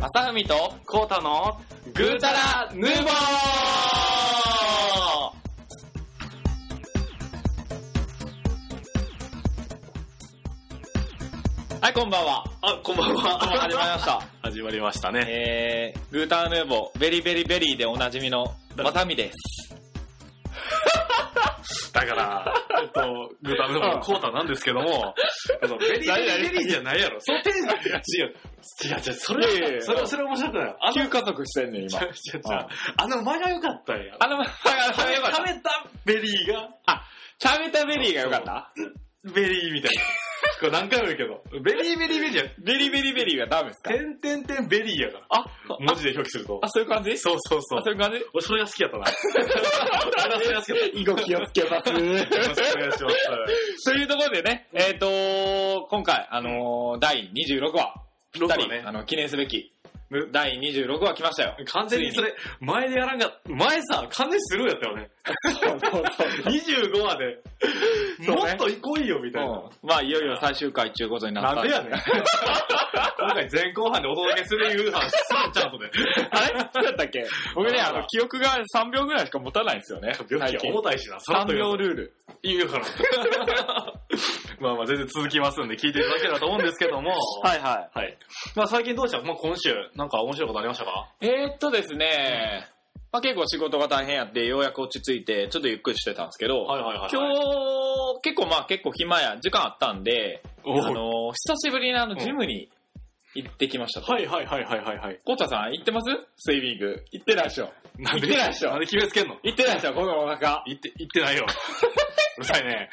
朝海とコータのグータラヌーボーはい、こんばんは。あ、こんばんもは。う始まりました。始まりましたね。えー、グータラヌーボー、ベリベリベリーでおなじみの、まさみです。だから、 えっと、グータムのコータなんですけども、あのベリーベリーベリーじゃないやろ。そのテンションが違う。違う違う、それいやいやいやそれは、それは面白くないよ。あの、急加速してんねん、今違う。違う違うあの間が良かったんや。あの、あのよかった食。べたベリーが、食べたベリーがよかったベリーみたいな。これ何回も言うけど、ベリーベリーベリーや。ベリベリベリーがダメですかてんてんてんベリーやから。あ、文字で表記するとあ、。そういう感じそうそうそあうそう。いう感じ俺、 それが好きやったな。俺はそれが好きや った。以後気をつけます。よ ろしくお願いします。というところでね、えっ、と今回、あのー第26話、ぴったり、あの、記念すべき、ね第26話来ましたよ。完全にそれ、前でやらんが、前さ、完全にスルーやったよね。 そうそう25話で、そうね もっと来いよ、みたいな。ん。まあ、いよいよ最終回中いうことになった。なんでやねん。今回前後半でお届けするいう話、するちゃんとね。あれそうやったっけ 僕ね、あの、記憶が3秒ぐらいしか持たないんですよね。最病気は近。重たいしな、さらっ3と言秒うルール。意味わからん。 まあまあ全然続きますんで聞いていただければと思うんですけども。いはい。はい。まあ最近どうでしたまあ今週、なんか面白いことありましたかえー、っとですね、まあ結構仕事が大変やって、ようやく落ち着いて、ちょっとゆっくりしてたんですけど、はいはいはい。今日、結構まあ結構暇や、時間あったんで、おあう、の、久しぶりにあの、んジムに行ってきましたと。はいはいはいはいはいはい。コータさん、行ってますスイミング。行ってないでしょ。なん行ってないでしょなんで決めつけんの行ってないでしょ、このお腹。言って、言って ないよ。うるさい ね。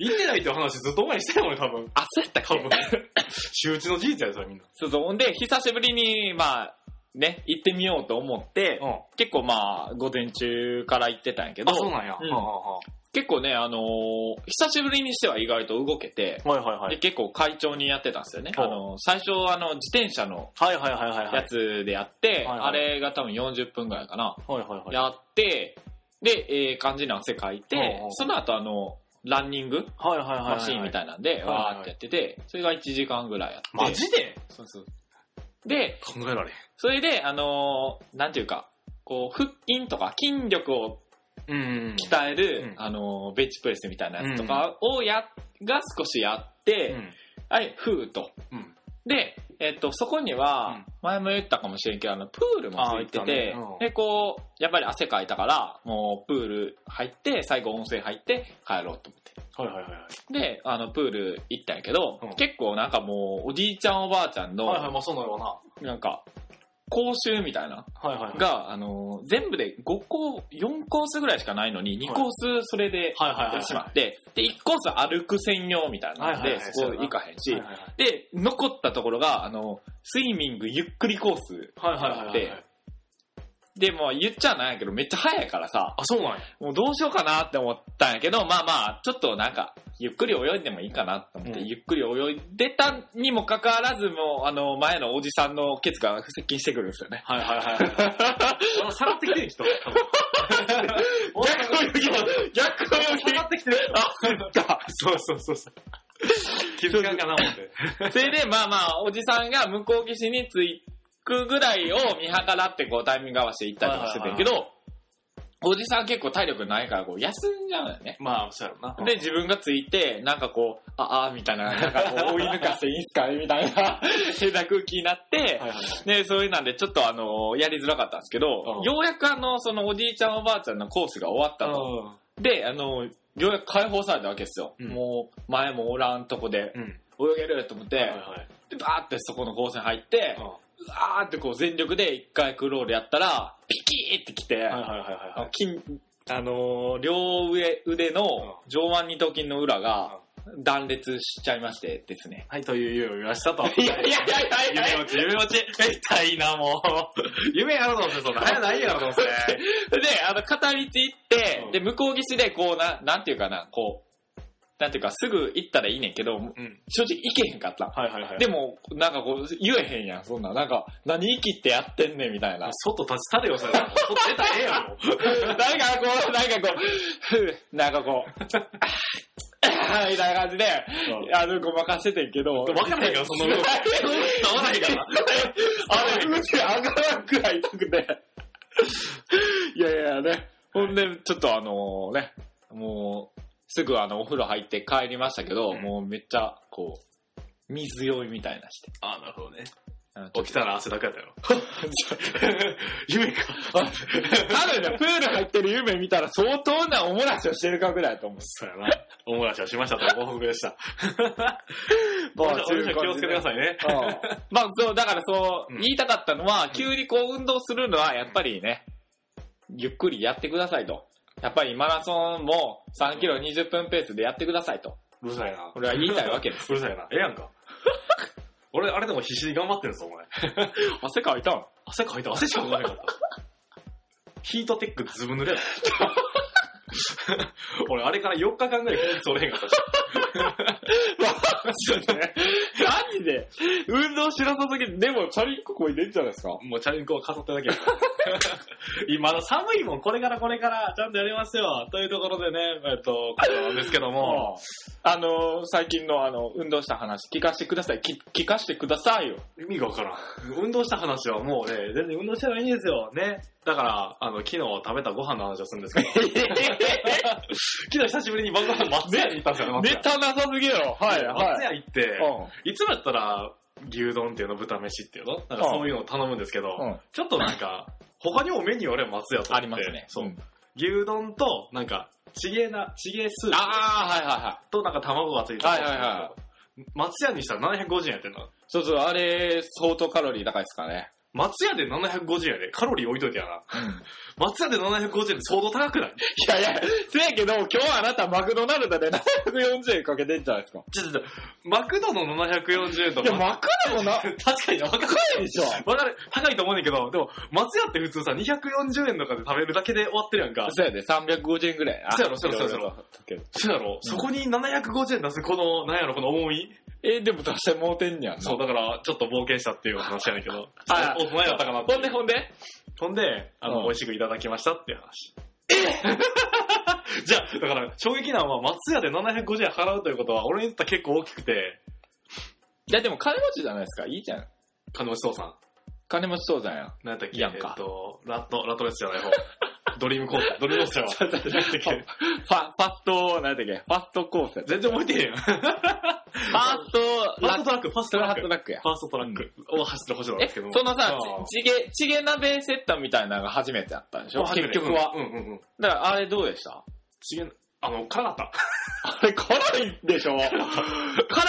言ってないって話ずっと前にしてたもんね、多分。あ、そうやったっ多分け。周知の事実やで、それみんな。そうそう。ほんで、久しぶりに、まあ、ね、行ってみようと思って、ん。結構まあ、午前中から行ってたんやけど、なんやうんは結構ね、あのー久しぶりにしては意外と動けて、いはいはで。結構快調にやってたんですよね。うんあのー最初、あの、自転車のはいはいはいはいはい。やつでやって、はいはいあれが多分40分ぐらいかな。はいはいはい。やって、で、ええ感じの汗かいてうんう、んその後あの、ランニングはいはいはい。マシーンみいたいなんで、はいはいわーってやってて、それが1時間ぐらいやって。マジでそうそう。で、考えられそれで、あのーなんていうか、こう、腹筋とか筋力をうん。鍛える、うんあのーベンチプレスみたいなやつとかをや、が少しやっうて、ん。はい、ふーと。うん。で、えっと、そこには、前も言ったかもしれんけど、あの、プールも入ってあー言て、ったねうんで、こう、やっぱり汗かいたから、もう、プール入って、最後温泉入って、帰ろうと思って。はいはいはいはい。で、あの、プール行ったんやけど、うん結構なんかもう、おじいちゃんおばあちゃんはいはい、の、まあそうなのよなんか、講習みたいな、な。はいはいはい。が、あの、全部で5コース、4コースぐらいしかないのに、2コースそれで、はいはいやはっい。てしまって、で、1コース歩く専用みたいなのはいで、はいはいそこ行かへんしはい、はいはいで、残ったところが、あの、スイミングゆっくりコース。はいはいはいはいはい。で、もう言っちゃなんやけど、めっちゃ早いからさ、あ、そうなんや。もうどうしようかなって思ったんやけど、まあまあ、ちょっとなんか、ゆっくり泳いでもいいかなと思って、うんゆっくり泳いでたにもかかわらず、もう、あの、前のおじさんのケツが接近してくるんですよね。はいはい はいはい。下がってきてる人。逆泳ぎの、逆泳下がってきてる人。ぎが。そうそうそうそう。気づかんかな思って。それで、まあまあ、おじさんが向こう岸に着くぐらいを見計らって、こう、タイミング合わせて行ったりとかしてたんやけど、おじさん結構体力ないから、こう、休んじゃうのよね。まあ、そうやろな。で、自分が着いて、なんかこう、あ、あ、みたいな、なんかこう、 追い抜かしていいんすかみたいな、変な空気になって、はいはいはい。で、そういうなんで、ちょっとあの、やりづらかったんですけど、うんようやくあの、そのおじいちゃんおばあちゃんのコースが終わったと。で、あの、ようやく解放されたわけですよ。うんもう、前もおらんとこでうん。泳げると思って、はいはい。で、バーってそこの高専入って、はうわーってこう全力で一回クロールやったら、ピキーってきて、いはいはいあはの筋あのー両上腕の上腕二頭筋の裏が断裂しちゃいましてですね。い。はい、という夢を見ましたと。いやいやいやいやい夢や落ち、夢落ち。痛いな、もう。夢やろうと思って、そんな。早ない やろうと思って。で、あの、片道行って、うんで、向こう岸でこうな、なんていうかな、こう、なんていうか、すぐ行ったらいいねんけど、うん。正直行けへんかった。はいはいはい。でも、も、なんかこう、言えへんやん、そんな。なんか、何生きてやってんねん、みたいな。外立ちたれよ、それ。 外出たらええやろ。なんかこう、なんかこう、ふうなんかこう、あーみたいな感じで、あの、ごまかしててんけど、 分からへんから、その動き。伝わらへんから。手上がらんくらい痛くて。いやいやね。ほんで、ちょっとあのね、もう、すぐあの、お風呂入って帰りましたけど、うんもうめっちゃ、こう、水酔いみたいなして。ああ、なるほどね。うん起きたら汗だくや ったよ。夢か。 多分ね、プール入ってる夢見たら相当なおもらしをしてるかぐらいだと思う。そうやな。おもらしはしましたとご報告でした。まおじさん気をつけてくださいね。うんまあ、そう、だからそう、うん言いたかったのは、急にこう運動するのは、やっぱりね、ゆっくりやってくださいと。やっぱりマラソンも3キロ20分ペースでやってくださいと。うるさいな。俺は言いたいわけです。うるさいな。ええやんか。俺、あれでも必死に頑張ってんぞ、お前。汗かいた の汗かいた汗しかかかへんかった。ヒートテックずぶ濡れ やった。俺、あれから4日間ぐらい筋折れへんかったし。マジで運動しなさすぎて、でもチャリンコこいでんじゃないですかもうチャリンコは飾っただけやから 今の寒いもん、これからこれから、ちゃんとやりますよ。というところでね、えっと、ことなんですけども、もう、あのー最近のあの、運動した話聞かせてください。き聞かせてくださいよ。意味がわからん。運動した話はもうね、全然運動してないんですよ。ね。だから、あの、昨日食べたご飯の話をするんです けど、昨日久しぶりに晩ご飯松屋に行ったんですよ、松ネ屋。タなさすぎやろ。はい、松はい。屋行って、ういつもやったら、牛丼っていうの、豚飯っていうのなんかそういうのを頼むんですけど、ん。うん。ちょっとなんか、他にもメニューあれば松屋と思あってりますね。そうう。ん。牛丼と、なんか、チゲな、チゲスープああ、はいはいはい。となんか卵がついてるはいはいは松屋にしたら750円やってんの。そうそう、あれ、相当カロリー高いですからね。松屋で750円で、カロリー置いといてやな。松屋で750円で相当高くないいやいや、せやけど、今日あなたマクドナルドで740円かけてんじゃないですか。ちょちょちょ、マクドの740円といや、か、マクドもな、高確かに高い。いでしょ。わかる、高いと思うねんだけど、でも、松屋って普通さ、240円とかで食べるだけで終わってるやんか。そうやで、350円ぐらい。そうやろそうやろそうやろやろ。そうやろ、そこに750円出す、この、なんやろ、この重いえ、でも出してもうてんねやんな。そう、だから、ちょっと冒険したっていう話やねんけど。あお前やったかなってほんでほんでほんで、あの、うん美味しくいただきましたっていう話。 じゃあ、だから、衝撃なのは、松屋で750円払うということは、俺にとっては結構大きくて、いや、でも金持ちじゃないですか。いいじゃん。金持ち父さん、金持ちそうじゃんやん。何やったっけいやんかえっと、ラット、ラットレスじゃない方。 ドリームコー ス、ドリームコースじゃそうそうないファ、ファスト、なんだっけ、ファストコースや 全然覚えてへんやん。フファースト、ァーラストットラック、ファーストトトララッックト。ラックやフ。ァーストトラックを走ってほしいんでえ、すけども。そのさあー、ちげ、ちげ鍋セットみたいなのが初めてだったでしょ初め結て局は。うんうんうん。だから、あれどうでしたちげん、あの、辛かっあれ、辛いでしょ 辛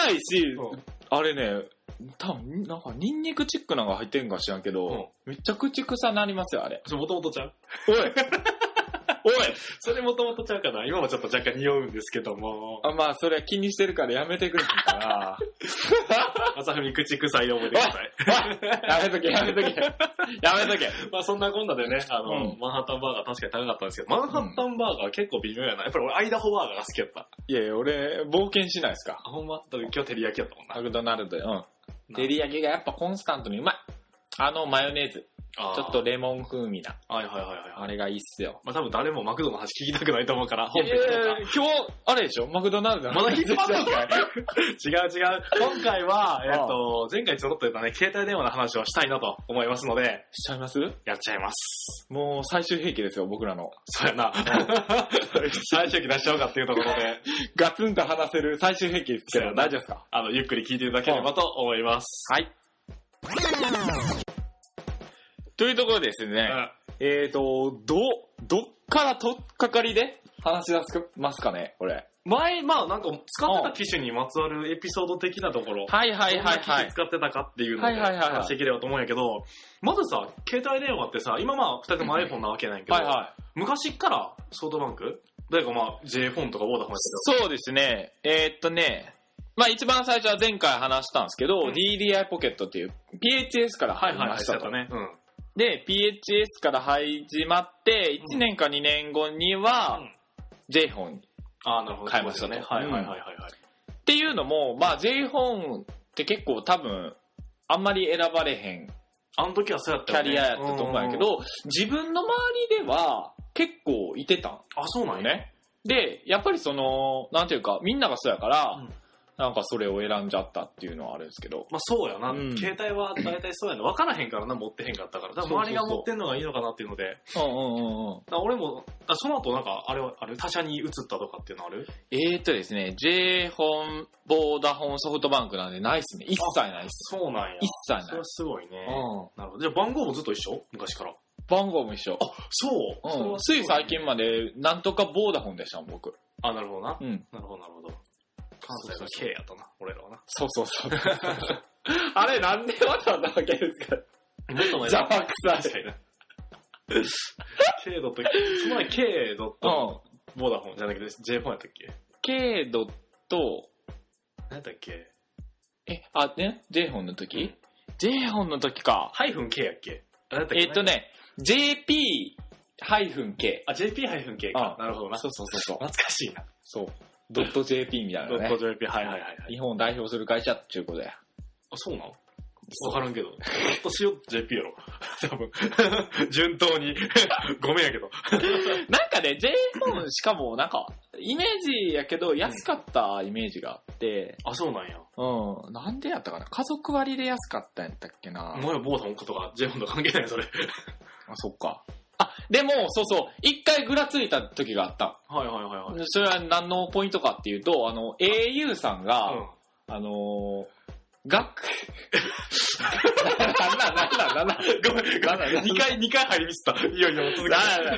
いし、た。あれね、多分なんか、ニンニクチックなんか入ってんか知らんけど、めっちゃ口臭なりますよ、あれ。それもともとちゃう おいおいそれもともとちゃうかな今もちょっと若干匂うんですけども。あまあ、それは気にしてるからやめてくれへんかな。 朝踏み口臭い思いでください。やめとけ、やめとけ。やめとけ。まあそんなこんなでね、あの、うんマンハッタンバーガー確かに高かったんですけど、マンハッタンバーガー結構微妙やな。やっぱり俺、アイダホバーガーが好きやった。いやいや、俺、冒険しないですか。あ、ほんまだって今日照り焼きやったもんマな。クドナルドで。うん。照り焼きがやっぱコンスタントにうまい。あのマヨネーズ。あーちょっと。レモン風味な。はいはいはいはい。あれがいいっすよ。まあ多分誰もマクドの話聞きたくないと思うから、い本やい編行こやうかいや今日、あれでしょマクドナルドまだ引っ張っ とんかい違う違う。今回は、んえっ、と、前回ちょろっと言ったね、携帯電話の話をしたいなと思いますので、しちゃいますやっちゃいます。もう最終兵器ですよ、僕らの。そうやな。 最終期出しちゃおうかっていうところで、ガツンと話せる最終兵器ですけそうど、やな大丈夫ですかあの、ゆっくり聞いていただければと思います。はい。というところでですね、えっ、ー、と、ど、どっからとっかかりで話し出すかますかね、これ。前、まあなんか使ってた機種にまつわるエピソード的なところ、はいはどんな機種。使ってたかっていうのはをいはいはいはい話していければと思うんやけど、まずさ、携帯電話ってさ、今まあ二人とも iPhone なわけないけど、はいはい。昔からソフトバンク誰かまあ J フォンとかウォーダフォンやそうですね、えー、っとね、まあ一番最初は前回話したんですけど、うん DDI ポケットっていう PHS からった入けど、りましたと。はいはいはい、そうやったね。で、PHS から始まって、1年か2年後にはうん j ホンにああ、なるほど。買いましたとね。はいはいはいはいはい。っていうのも、まあ、j ホンって結構多分、あんまり選ばれへんあの時はそうやっキたャよね。リアやったと思うんやけうんうんうん、ど、自分の周りでは結構いてたんあ、そうなよんや。ね。で、やっぱりその、なんていうか、みんながそうやからうん、なんかそれを選んじゃったっていうのはあるんですけど。まあそうやな、うん携帯は大体そうやな。分からへんからな、持ってへんかったから。だから周りが持ってんのがいいのかなっていうので。だかうんうんうんうん。ら俺も、あその後なんか、あれは、あれ、他社に移ったとかっていうのあるえーとですね、J 本、ボーダホン、ソフトバンクなんでないっすね。一切ないっす。そうなんや一。切そなれいは。すごいね。うん。なるほど。じゃあ番号もずっと一緒昔から。番号も一緒。そう、それうんは。すつごい最近まで、なんとかボーダホンでしたもん、僕。あ、なるほどな。うん。なるほど、なるほど。関西の K やったな、俺らはな。そうそうそう。 あれ、なんでわざわざ開けるんですかもっと前邪 だ。魔くさ確い。かにな。K ドット、その前 K ドット、うん。ボーダフォンじゃなくて J フォンやったっけ K ドット、何やったっけえ、あ、ね、J 本の時 ?J 本の時か。ハイフン K やっけあれだったっけえっと。ね、JP-K。あ、JP-K か。うなるほどな。そうそうそうそう。懐かしいな。そう。ドット JP みたいドなッねト。JP、はいはいはいはい。日本を代表する会社っていうことや。あ、そうなのわからんけど。ドットしよう JP やろ。多分。 順当に。ごめんやけど。なんかね、J フォンしかもなんか、イメージやけど安かったイメージがあって、あ、そうなんや。うん、なんでやったかな家族割りで安かったんやったっけなお前はボーダフォンことか J フォンと関係ないよそれ。あ、そっか。あ、でも、そうそう、一回ぐらついた時があった。はいはいはいはい。それは何のポイントかっていうと、あの、au さんが、あのー、学、なんなんなんなんなんなんごめん、ごなんめだん。二回、二回入りミスった。いやいや、続けてだだ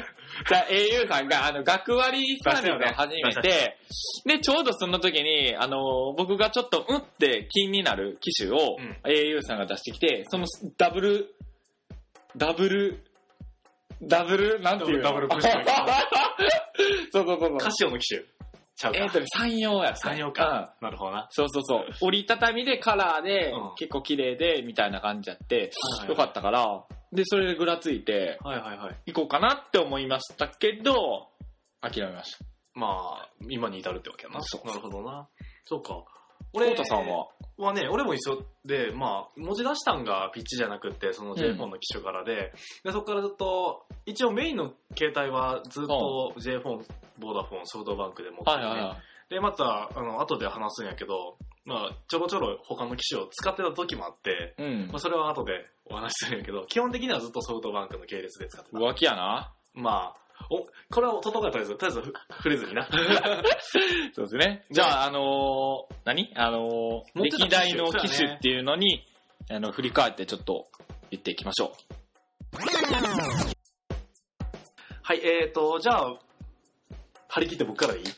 じゃあ au さんが、あの、学割サービスを始出めしたて、で、ちょうどその時に、あのー、僕がちょっと、うんって気になる機種をうん au さんが出してきて、そのダブル、ダブル、ダブル、なんていうのダブルプッシュ そうそうそうそカう。シオの機種。ちゃうか。えっとね、山陽やった三洋うんか。なるほどな。そうそう そう。折りたたみでカラーでうん、結構綺麗で、みたいな感じやって、よかっったから、で、それでぐらついて、た。はいはいはい。行こうかなって思いましたけど、諦めましまあ、今に至るってわけやな。そうなるほどな。そうか。た。コウタさんははね、俺も一緒で、まあ、文字出したんがピッチじゃなくって、その j うんフォンの機種からで、でそこからずっと、一応メインの携帯はずっと j フォン、ボーダフォン、ソフトバンクで持ってて、はいはいはい。で、また、あの、後で話すんやけど、まあ、ちょろちょろ他の機種を使ってた時もあって、うんまあ、。それは後でお話しするんやけど、基本的にはずっとソフトバンクの系列で使ってた。浮気やな。まあ、お、これは届かったですとりあえず、ふ触れず にな。そうですね。じゃあ、あのー、何あのー、持ってた歴代の機種機種っていうのに、あの、振り返ってちょっと言っていきましょ。はい、えーと、じゃあ、張り切って僕からでいいういっ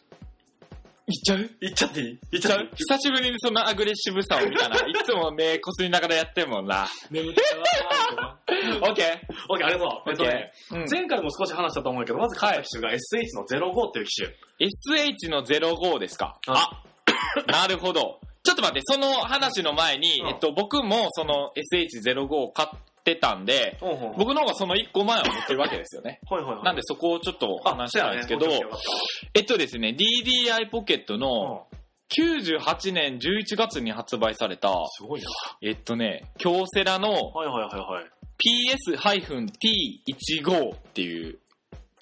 ちゃう行っちゃっていい行っちゃう久しぶりにそのアグレッシブさを見たな。いつも目こすりながらやってるもん な。眠ったわーオッケーオッケー、ありがとう。えっとね、うん前回も少し話したと思うけど、まず買った機種が SH の05っていう機種。 SH の05です か。あ、なるほど。ちょっと待って、その話の前に、うんえっと、僕もその SH05 を買ってたんで、ほんほん僕の方がその1個前を持ってるわけですよね。はいはいはい。なんでそこをちょっとおあ、話したいんですけど、そうやねもうちょっえっとですね、DDI ポケットとのよかっ98年11月に発売された、たすごいな。えっとね、京セラのはいはいはいはい。 PS-T15 っていう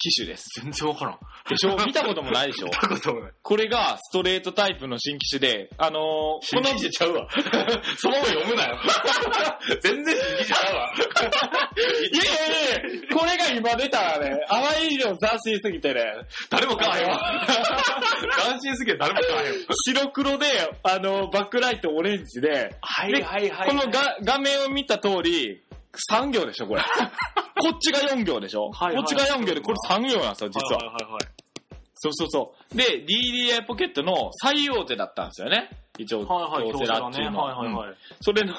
機種です。全然わからん。でしょ見たこともないでしょ見たこともない。これがストレートタイプの新機種で、あのーこ新の機種ちゃ うわ。そのまま読むな よ。全然新機種ちゃうわ。いやいやいや、これが今出たらね、あまりにも斬新すぎてね、誰も買わへんわ。斬新すぎて誰も買わへんわ。白黒で、あの、バックライトオレンジで、はいはいはこのが画面を見た通り、3行でしょ、こ れ。こっちが4行でしょ、はいはいこっちが4行で、これ3行なんですよ、実は。はいはいはい。そうそうそう。で、DDI ポケットの最大手だったんですよね。一応、はいはい、京セラっていうのはいは。はういんはい。それの、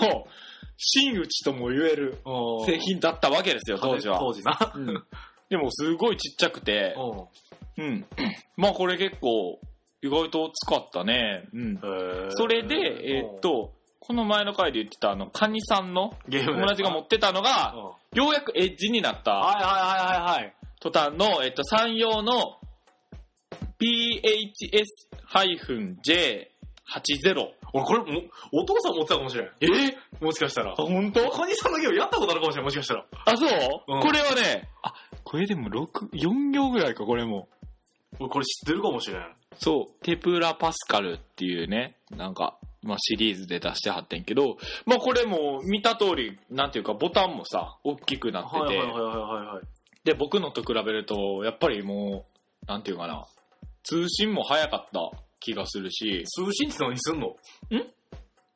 真打ちとも言える製品だったわけですよ、当時は。当時な。うんでも、すごいちっちゃくて、うん。 まあこれ結構意外と使ったね。うん。それで、えーっ、と、この前の回で言ってたあの、カニさんのゲーム友達が持ってたのが、たはようやくエッジになっいたはいはいはいはい。途端の、えっと、山陽の PHS-J80。俺これも、お父さん持ってたかもしれん。えもしかしたら。本当カニさんのゲームやったことあるかもしれん、もしかしたら。あ、そう、うんこれはね、あ、これでも6、4行ぐらいか、これも。俺これ知ってるかもしれん。そう、テプラパスカルっていうね、なんか、まあ、シリーズで出してはってんけど、まあ、これも見た通り、なんていうか、ボタンもさ、大きくなってて、はいはいはいはいはい。で、僕のと比べると、やっぱりもう、なんていうかな、通信も早かった気がするし、通信って何すんの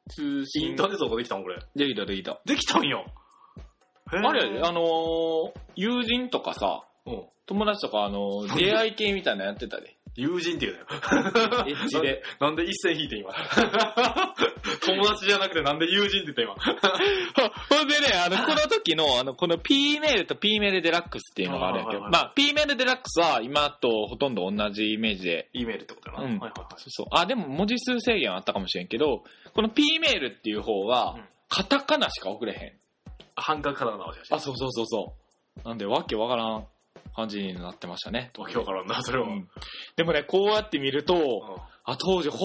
通イ信ンターネットとかできたんこれ。できたできた。できたんや。へーあれやで、あのー友人とかさ、うん。友達とか、あの ー出会い系みたいなのやってたで。友人っていうのよ。エッジで。なんで一線 引いて今。友達じゃなくてなんで友人って言った今。 ほんでね、あの、この時の、あの、この P メールと P メールデラックスっていうのがあるんやけど、あはいはいはいまあ、P メールデラックスは今とほとんど同じイメージで E メールってことやな。うんはいはいはい。そうそう。あ、でも文字数制限はあったかもしれんけど、この P メールっていう方はうん、カタカナしか送れへ半角かなわけやしん。あ、そうそうそうそう。なんで、わけわからん感じになってましたね。わけわからんな、それは。うんでもね、こうやって見ると、あ、当時欲し、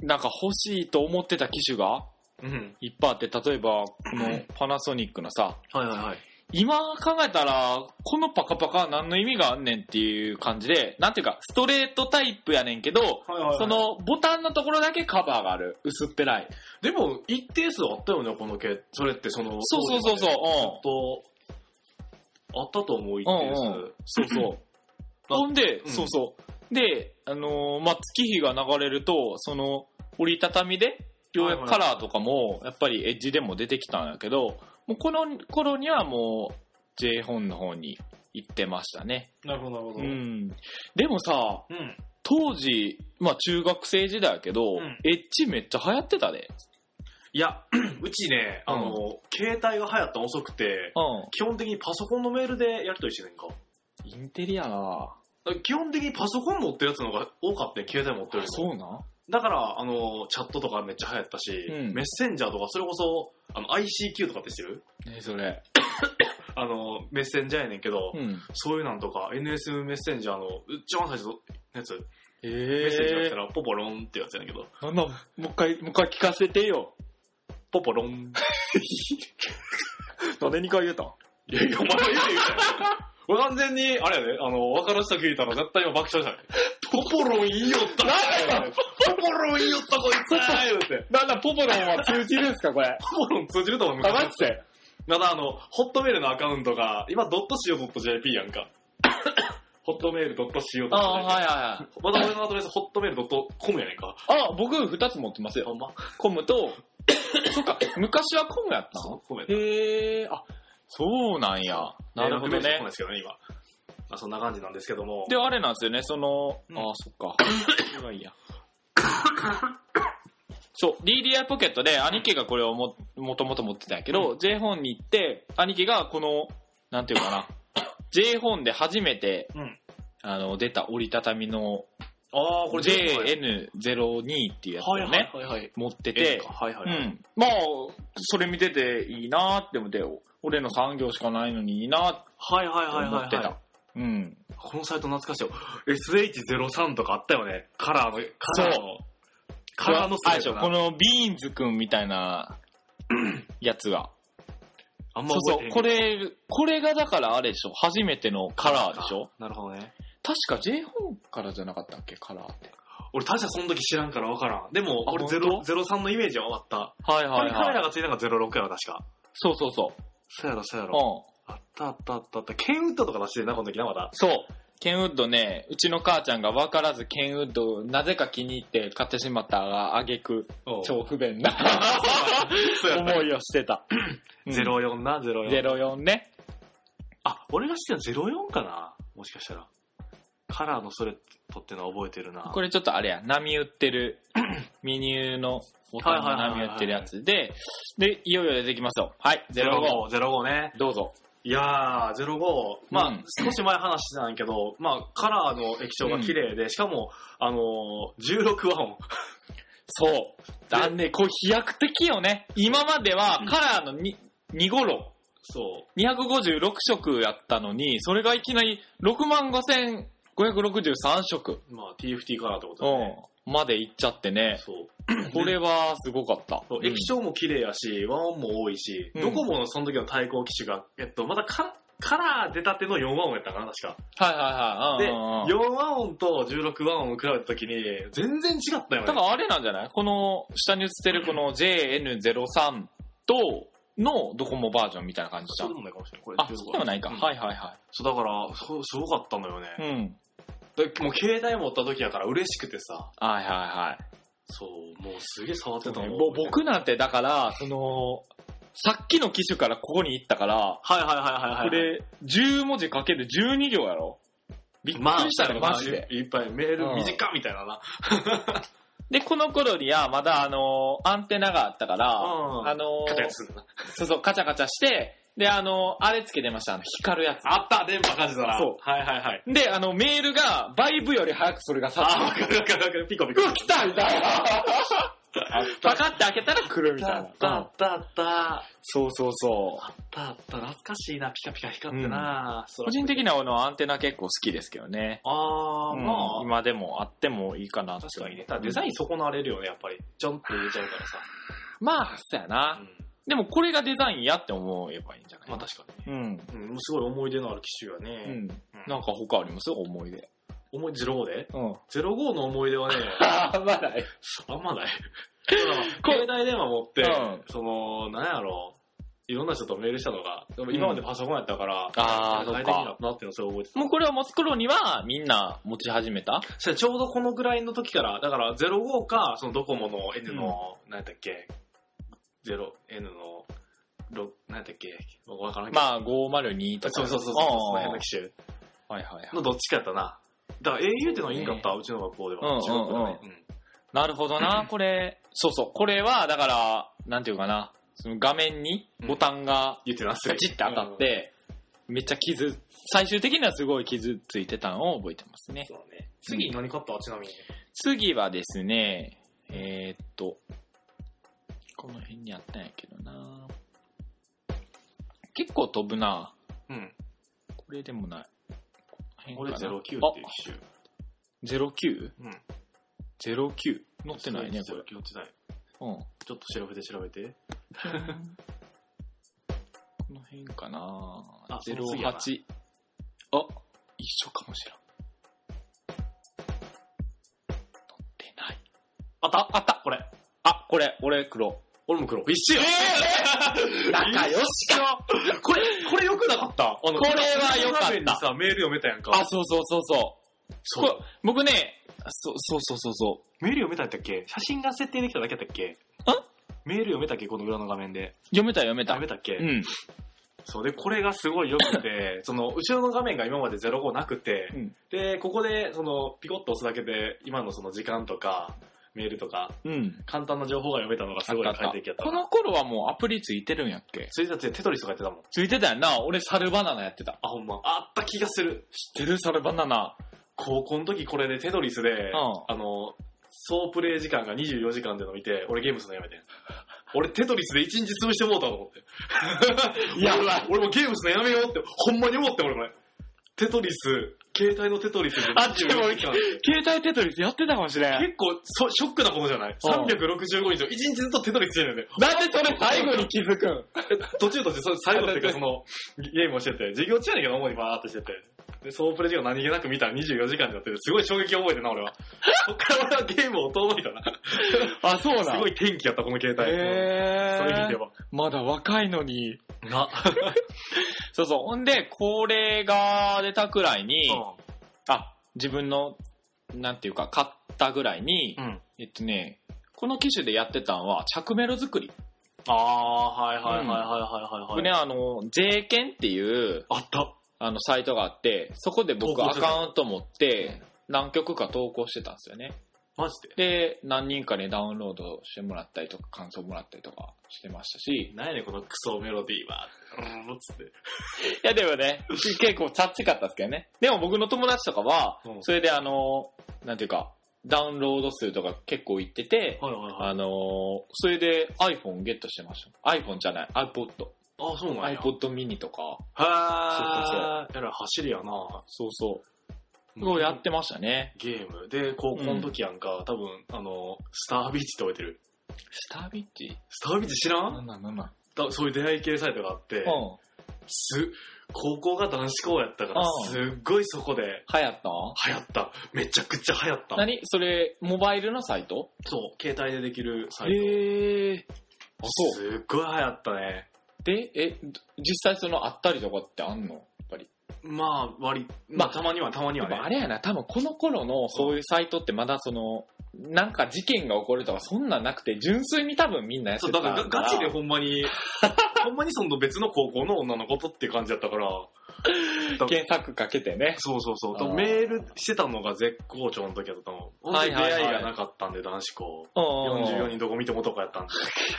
なんか欲しいと思ってた機種がうん。いっぱいあって、例えば、このパナソニックのさ、はいはいはい。今考えたら、このパカパカは何の意味があんねんっていう感じで、なんていうか、ストレートタイプやねんけど、はいはいはいそのボタンのところだけカバーがある。薄っぺらい。でも、一定数あったよね、このけ、それってその、そうそうそうそう。と、あったと思う、一定数。うんうんうん。そうそう。 ほんで、うんそうそう。で、あのーまあ、月日が流れると、その、折りたたみで、ようやくカラーとかも、やっぱりエッジでも出てきたんだけど、もうこの頃にはもう、J 本の方に行ってましたね。なるほど、なるほうど。うん。ん。でもさ、うん。当時、まあ中学生時代やけど、うんエッジめっちゃ流行ってたで。いや、 うちね、あの、携帯が流行ったの遅くて、う基本的にパソコンのメールでやりとりしてねんか。ん。インテリアなだから基本的にパソコン持ってるやつの方が多かったね、携帯持ってるよりもそうなだから、あの、チャットとかめっちゃ流行ったし、うんメッセンジャーとか、それこそ、あの、ICQ とかってしてるねそれ。あの、メッセンジャーやねんけど、うん。そういうなんとか、NSM メッセンジャーの、一番最初のやつ、えメッセンジャー来たー。ら、ポポロンってやつやねんけど、なんだ、もう一回、もう一回聞かせてよ。ポポロン。 なんで2回言うたんいやいや、お前は言うて言うたよこれ完全に、あれやね、あの、分かる人聞いたら絶対今爆笑したね。ポポロン言いよったなポポロン言いよったこいつ言うて。 なんだ、ポポロンは通じるんすか、こ れ。ポポロン通じると思うあ、マジでまだあの、ホットメールのアカウントが、今 .co.jp やんか。ホットメール .co.jp。いはまだ俺のアドレス、ホットメール .com やねんか。いはい。あ、僕2つ持ってますよ。ほんまコムと、 そっか、昔はコムやったのそう、コメント。へえー、あ、そうなんや。なるほどメール来ねない。ですけどね、今。まあ、そんな感じなんですけども。で、あれなんですよね、その、うんああ、そっか。それはいいや。 そう、DDI ポケットで兄貴がこれをも、もともと持ってたんやけど、J 本に行って、兄貴がこの、なんていうかな、J 本で初めて、うんあの、出た折りたたみの、ああ、これ JN02 っていうやつをはいね、はいはいはい。持ってええてか、はいはういはい。ん。まあ、それ見てていいなーって思って、俺の産業しかないのにいいなーってはいはいはいはい思はい。ってた。うん。このサイト懐かしいよ。SH03 とかあったよね。カラーの、カラーの。カラーのあれでスしレょッドこなのビーンズくんみたい なやつが。あんまそう覚えそてへう。んこけどれ、これがだからあれでしょ初めてのカラーでしょなるほどね。確か J 本からじゃなかったっけカラーって。俺確かその時知らんから分からん。でも、あ俺本当ゼロ03のイメージは終わった。はいこはいれカメはラい。がついたのが06やろ、確か。そうそうそう。そうやろ、そうやうろ。ん。あったあったあったあった。ケンウッドとか出してるな、この時な、まだ。そう。ケンウッドね、うちの母ちゃんが分からずケンウッドをなぜか気に入って買ってしまったが、あげく、超。超不便 なそうやっ思いをして た。た。04な、うん04。 04ね。あ、俺が知ってるの04かなもしかしたら。カラーのストレッドってのは覚えてるな。これちょっとあれや、波打って る、メニューのボタンの波打ってるやつで、で、いよいよ出てきますよ。はい、05。 05。05ね。どうぞ。いやー、05。まあ、うん少し前話してたんやけど、まあ、カラーの液晶が綺麗で、しかも、あのー、16和音。そう。だね、これ飛躍的よね。今まではカラーのに2頃、そう。 256色やったのに、それがいきなり65,563色、まあ、TFT カラーってことだね。うん、までいっちゃって ね。そう。これはすごかった。そう液晶も綺麗やし、和音も多いし、うんドコモのその時の対抗機種が、えっと、まだか、から出たての4和音やったかな、確か。はいはいはい。で、うんうんうん4和音と16和音を比べた時に、全然違ったよね。だからあれなんじゃないこの下に映ってるこの JN03 とのドコモバージョンみたいな感じじゃそうでん。もないかもしれない。これあ、そうでもないか。うんはいはいはそう、だから、そうすごかったのよね。い。うん。でもう携帯持った時やから嬉しくてさ、はいはいはい。そう、もうすげえ触ってたの。ぼ僕なんてだから、その、さっきの機種からここに行ったから、はいはいはいはいはい。これ、10文字かける12行やろびっくりしたね、まあマジで。いっぱいメールうん短っみたいなな。で、この頃にはまだあの、アンテナがあったから、うん。あの、カチャカチャするな。そうそう、カチャカチャして、で、あの、あれつけてました、あの、光るやつ。あった電波感じたら。そうはいはいはい。で、あの、メールが、バイブより早くそれがさ、あ、わかるわかるわかる。ピコピコ。うわ来たみたい な。パカって開けたら来るみたいあなっ。たあったあった。あそうそうそう。ったあった。懐かしいな。ピカピカ光ってな。そ個ら人的にはあのアンテナ結構好きですけどね。あー、うんまあ。今でもあってもいいかなって確かにね。ただデザイン損なわれるよね、やっぱり。ジョンって入れちゃうからさ。まあ、そうやうな。んでもこれがデザインやって思えばいいんじゃないまあ確かにね。うん。うん、すごい思い出のある機種やうね。ん。なんか他あります思い出。思い、05でうん。 ?05 の思い出はね、ああ、まあない。あんま ない。携帯電話持って、うんその、なんやろう、いろんな人とメールしたのが、でも今までパソコンやったから、あーそっか快適だったなっていうのをすごい覚えてた。もうこれを持つ頃にはみんな持ち始めたそれちょうどこのぐらいの時から、だから05か、そのドコモの N の、なんやったっけ、0、N の、ろなんやったっけ、わからんけど。まあ502とか。そうそうそうそう、その辺の機種あ。はいはいはい。のどっちかやったな。だから au ってのはいいんかった、うちの学校では。うん中学校でね。うんなるほどな、これ。そうそう、これは、だから、なんていうかな、その画面にボタンが言ってますガチって当たっ。て、めっちゃ傷、最終的にはすごい傷ついてたのを覚えてますうんね。そうね。次何買ったちなみに。次はですね、えーっと、この辺にあったんやけどな結構飛ぶなうん。これでもない。こ俺の09って辺かないう機種。 09?09 うん。 09乗ってないね、そこれうです。乗ってない。うん。ちょっと調べて調べて。この辺かなあその次や08。あ、な一緒かもしれん。乗ってない。あったあったこれ。あ、これ、俺黒。俺も黒。一緒や仲良しかこれ、これ良くなかったあのこれは良かった画面にさ、メール読めたやんか。あ、そうそうそうそう。そうこ僕ね、そそうそうそうそメール読めたやったっけ写真が設定できただけやったっけんメール読めたっけこの裏の画面で。う。読めた読めた。読めたっけ、うん。そう。で、これがすごい良く て、その、後ろの画面が今まで05なくて、うんで、ここで、その、ピコッと押すだけで、今のその時間とか、メールとか、うん。簡単な情報が読めたのがすごいあったあ快っ適やったたこな。の頃はもうアプリついてるんやっけそれだってテトリスとかやってたもん。ついてたやんな。俺サルバナナやってた。あ、ほんま。あった気がする。知ってるサルバナナ。高校の時これでテトリスで、んあの、総プレイ時間が24時間での見て、俺ゲームするのやめて ん。俺テトリスで1日潰してもうたと思って。やばい俺俺もゲームするのやめようって、ほんまに思ってん俺これ。テトリス、携帯のテトリスであでも24時間。携帯テトリスやってたかもしれん。結構そショックなことじゃないうん ?365 日を1日ずっとテトリスしてるんだよね。なんでそれ最後に気づくん途中途中、そ最後っていうかその、 ゲームをしてて、授業中やねんけど、主にバーっとしてて。で、総プレ時間何気なく見たら24時間になってて、すごい衝撃を覚えてんな、俺 は。そっから俺はゲームを遠のいたな。あ、そうすなごい天気やった、この携帯。へそういう意味でー。は。まだ若いのに。な。そうそう。ほんで、これが出たくらいに、あ、自分の、なんていうか、買ったぐらいに、うん。えっとね、この機種でやってたのは、着メロ作り。 ああ、はいはいはいはいはいは僕い。ね、あの、税券っていう、あった。あの、サイトがあって、そこで僕投稿アしてたカウント持って、何曲か投稿してたんですよね。マジで。で、何人かにダウンロードしてもらったりとか、感想もらったりとかしてましたし、なんやねん、このクソメロディーは。うーん、つって。いやでもね、結構チャッチかったですけどね。でも僕の友達とかはう、んそれであの、なんていうか、ダウンロード数とか結構いってて、はいはいはい。あのー、それで iPhone ゲットしてました。iPhone じゃない、iPod。あ、そうなんや。 iPod mini とか、はー。やら走りやな。そうそう。すごいやってましたね。ゲーム。で、高校の時やんか、多分、あの、スタービーチって覚えてる。スタービッチスタービーチ知らんなんなんなんなんだそういう出会い系サイトがあって、うん。す、高校が男子校やったからう、んすっごいそこで流行った流行った。めちゃくちゃ流行った。何それ、モバイルのサイトそう、携帯でできるサイト。へえ。あ、そう。すっごい流行ったね。で、え、実際そのあったりとかってあんのやっぱり。まあ、割、まあ、たまにはたまにではねもあ。れやな、多分この頃のそういうサイトってまだその、なんか事件が起こるとかそんなんなくて、純粋に多分みんなやってそう、ただからガガチでほん まに、ほんまにその別の高校の女の子とって感じだったから、検索かけてね。そうそうそあう。ー多分メールしてたのが絶好調の時だったの。本当に出はいはい会いはいがなかったんで、男子校。44 44人どこ見てもとかやったんで。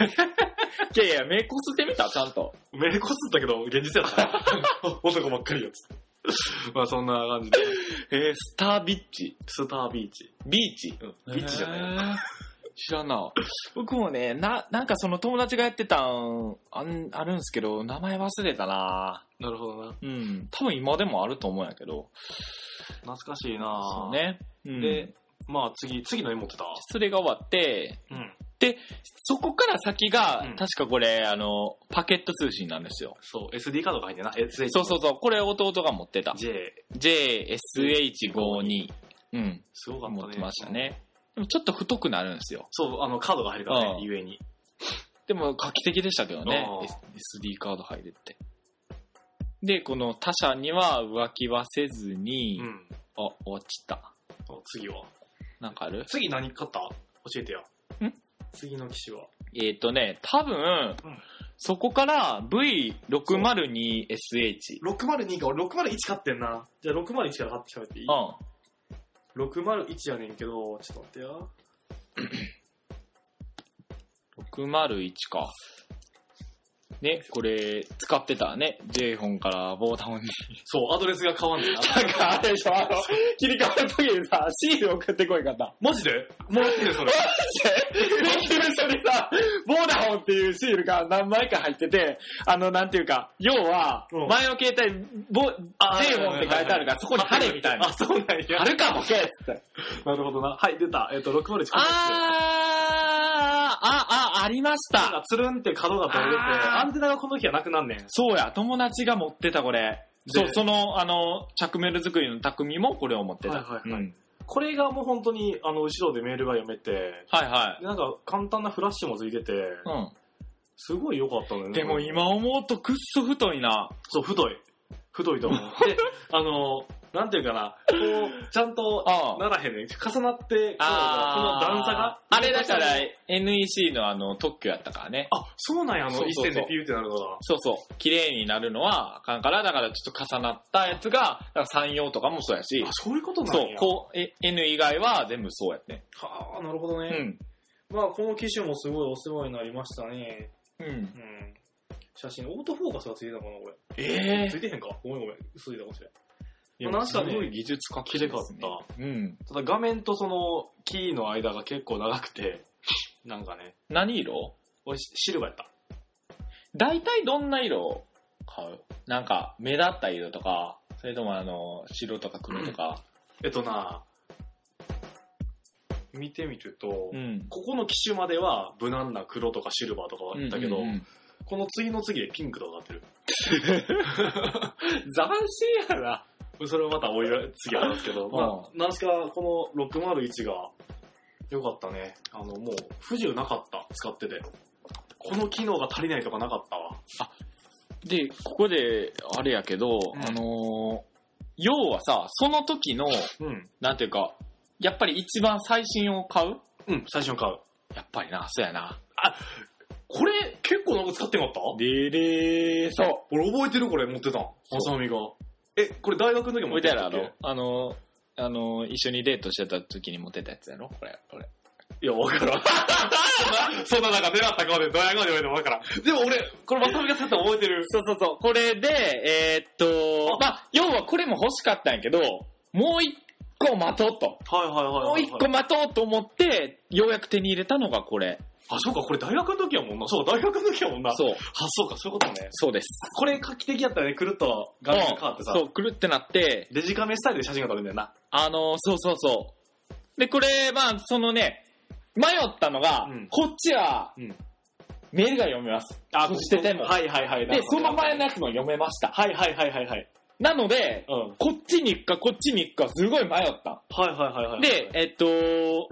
人。いやいや、目こすってみたちゃんと。メールこすったけど、現実やった な。男ばっかりやつって。まあそんな感じで。えー、スタービッチ。スタービーチ。ビーチ。うん。ビーチじゃない。い。知らんな。僕もね、な、なんかその友達がやってたん、あん、あるんすけど、名前忘れたななるほどな。うん。多分今でもあると思うんやけど。懐かしいなそう。ね。うん、で、まあ次、次何持ってたそれが終わって、うん。そこから先が、うん確かこれ、あの、パケット通信なんですよ。そう、SD カードが入ってな。SH。そうそうそう、これ弟が持ってた。 J。 JSH52。うん。すごかったね。持ってました。ね。でもちょっと太くなるんですよ。そう、あの、カードが入るからうんね、ゆえに。でも画期的でしたけどねああ、 S- SD カード入れて。で、この他社には浮気はせずに、うん。あ、終わっちゃった。お次はなんかある次何買った教えてよ。ん次の機種は。えっ、とね、多分、うんそこから V602SH。 602か、俺601買ってんな。じゃあ601から買ってきたっていいうん。 601やねんけど、ちょっと待ってよ。 601か。ね、これ、使ってたね。j フォンからボータンに。そう、アドレスが変わんねんな。なんかあれでしょ、あの、切り替わるときにさ、シール送ってこいかった。 マジでもらってるそ れ。請求書にさ、ボーダホンっていうシールが何枚か入ってて、あの、なんていうか、要はうん、前の携帯、ボ、デあーモンって書いてあるから、そこに貼れみたいあ、な。そうなんや貼。るかボケっつって。なるほどな。はい、出た。えっと、601買ってきてあー、あ、あ、ありましなんた。かつるんって角が取れて、あーアンテナがこの日はなくなんねん。そうや、友達が持ってたこれ。でそう、その、あの、着メル作りの匠もこれを持ってた。はいはいはいうんこれがもう本当に、あの、後ろでメールが読めて、はいはいでなんか簡単なフラッシュもついてて、うすごい良かったのよん。ね。でも。今思うとくっそ太いな。そう、太い。太いと思 う。で、あの、なんていうかな、こう、ちゃんと、あならへんねん。重なって、こうあーこの段差が。あれだから NEC のあの特許やったからね。あ、そうなんや、あその、う一そうそう線でピューってなるから。そうそう。綺麗になるのはあかんから、だからちょっと重なったやつが、だから山陽とかもそうやしあ、、そういうことなんそうや。、こう、え N 以外は全部そうやって。はあ、なるほどうね。ん。まあ、この機種もすごいお世話になりましたね。うんう。ん。写真、オートフォーカスがついてたのかな、これ。えついてへんかごめんごめん。嘘ついたかもしれん。えー。まあなんかねすごい技術革新ですね綺麗か。うん。ただ画面とそのキーの間が結構長くて、なんかね、何色俺シシルバーやった。大体どんな色買うなんか、目立った色とか、それともあの、白とか黒とか。えっとな、見てみると、ん。ここの機種までは無難な黒とかシルバーとかはあったけど、うんうんうんこの次の次でピンクとかなってる。斬新やな。それはまたおいら次話すけど、んまあ、なんすかこの601が良かったね。あの、もう不自由なかった、使ってて。この機能が足りないとかなかったわ。で、ここで、あれやけど、うんあのー要はさ、その時の、うん。なんていうか、やっぱり一番最新を買ううん、最初に買う。やっぱりな、そうやな。これ、結構なんか使ってなかったでれー、そ俺覚えてるこれ持ってたん。まさみが。え、これ大学のう。時も置いてあるあいの、あのー、あのー、一緒にデートしてた時に持ってたやつやろこれ、これ。や、わからん。 そんな、そんななんか狙った顔でドヤ顔で言われてもわからん。でも俺、これまさみが使ったの覚えてる。そうそうそう。これで、えーっと、まあ、要はこれも欲しかったんやけど、もう一個待とうと。はいはいはいはい、もう一個待とうと思って、ようやく手に入れたのがこれ。あ、そうか、これ大学の時やもんな。そう、大学の時やもんな。う。そう。あ、そうか、そういうことね。そうです。これ画期的やったね、くるっと画面が変わってさ。そう、くるってなって、デジカメスタイルで写真が撮れるんだよな。あの、そうそうそう。で、これ、まあ、そのね、迷ったのが、うんこっちは、うんメールが読めます。あそしてでもはいはいはい。で、その前のやつも読めました。はいはいはいはいはい。なので、うん。はいこっちに行くか、こっちに行くか、すごい迷った。はいはいはい。で、、えっと、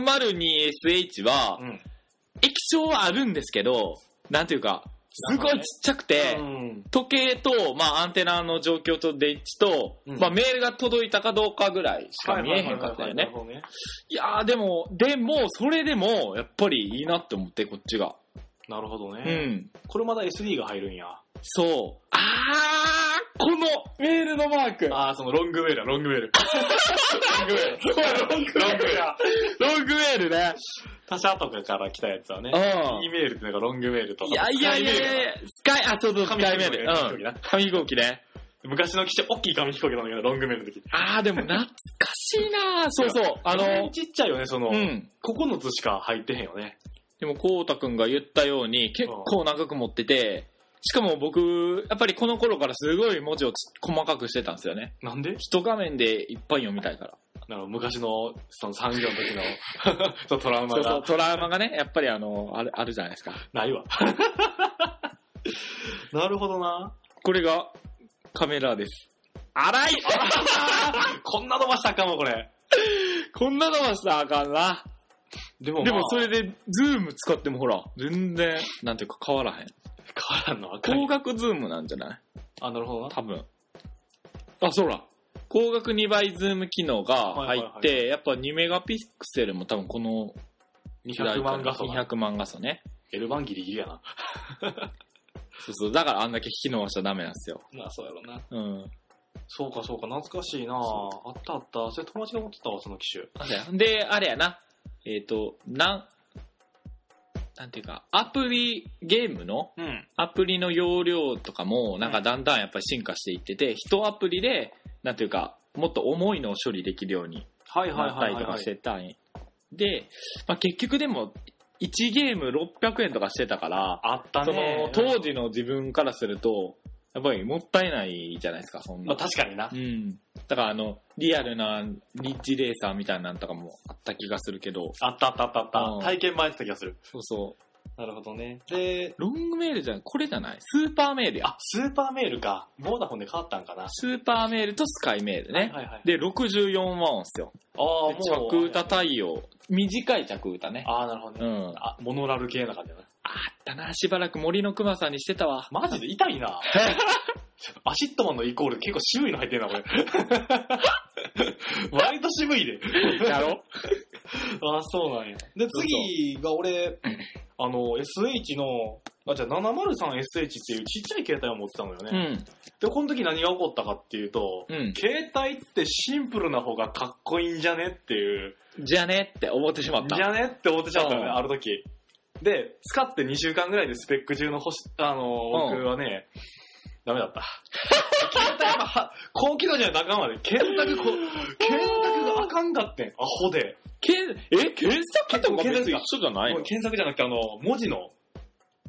602SH はう、ん。液晶はあるんですけど、なんていうか、すごいちっちゃくて、うん時計と、まあ、アンテナの状況と電池と、うんまあ、メールが届いたかどうかぐらいしか見えへんかったよはいはいはいはいなるね。ほどね。いやー、でも、でも、それでも、やっぱりいいなって思って、こっちが。なるほどうね。ん。これまだ SD が入るんや。そう。あー、このメールのマーク。ああ、そのロングウェルだ、ロングウェル。ロングウェル。ロングウェルだ。ロングウェルね。他社とかから来たやつはね。うん E メールってなんかロングウェルとか。いやいやいやいやや。スカイ、あ、そうそう、スカイ紙メ飛ー行機ル。のうん。紙飛行機ね。昔の機種、大きい紙飛行機なんだけど、ロングウェルの時。あー、でも懐かしいなーそうそう。あの、ちっちゃいよね、その、うん。 9つしか入ってへんよね。でも、こうたくんが言ったように、結構長く持ってて、しかも僕、やっぱりこの頃からすごい文字をち細かくしてたんですよね。なんで一画面でいっぱい読みたいから。なの昔の、その産業の 時の、そのトラウマそうそう、がトラウマがね、やっぱりあの、ある、あるじゃないですか。ないわ。 なるほどな。これが、カメラです。荒いこんな伸ばしたらあかんわ、これ。こんなのはしたらあかんな。でも、でもそれ、れで、ズーム使ってもほら、全然、なんていうか変わらへん。変わらんの赤光い。学ズームなんじゃないあ、なるほどな。多分。あ、そうだ。光学2倍ズーム機能が入っはて、やっぱ2メガピクセルも多分この200万画素な。 200万画素ね。 L 番ギリギリやな。そうそう。だからあんだけ機能はしちゃダメなんですよ。な、そうやろな。うん。そうか、そうか、懐かしいなそあったあった。それ友達が持ってたわ、その機種。あそうやで、あれやな。えっ、と、なん、なんていうか、アプリ、ゲームのうん。アプリの容量とかも、なんかだんだんやっぱり進化していってて、一アプリで、なんていうか、もっと重いのを処理できるようにはいはいなったはいりはいとはかい。してたんやで、まあ、結局でも、1ゲーム600円とかしてたから、あったそねの。当時の自分からすると、やっぱりもったいないじゃないですか、そんなまあ。確かになう。ん。だからあの、リアルなリッジレーサーみたいなんとかもあった気がするけど、あったあったあったあうっんた。体験前ってた気がする。そうそう。なるほどね。で、ロングメールじゃん、これじゃないスーパーメールや。あ、スーパーメールか。ボーダフォンで変わったんかな。スーパーメールとスカイメールね。はいはい。で、64万音っすよ。ああ、もでう。着歌太陽。短い着歌ね。ああ、なるほどうね。ん。あっあ、モノラル系な感じだな。たな、しばらく森の熊さんにしてたわ。マジで痛い な。アシットマンのイコール結構渋いの入ってんな、 これ。割と渋いで。やろああ、そうなんや。で、そう次が俺、あの、SH の、あ、じゃあ 703SH っていうちっちゃい携帯を持ってたのようね。ん。で、この時何が起こったかっていうと、うん。携帯ってシンプルな方がかっこいいんじゃねっていう、じゃねって思ってしまった。じゃねって思ってちゃったよね、うんある時。で、使って2週間ぐらいでスペック中の星、あのー、うん僕はね、ダメだった。携帯がは、高機能じゃなくあかんわね。検索こ、検索があかんかってん、アホで。けんえ、検索とか別に一緒じゃないものう検索じゃなくて、あの、文字の、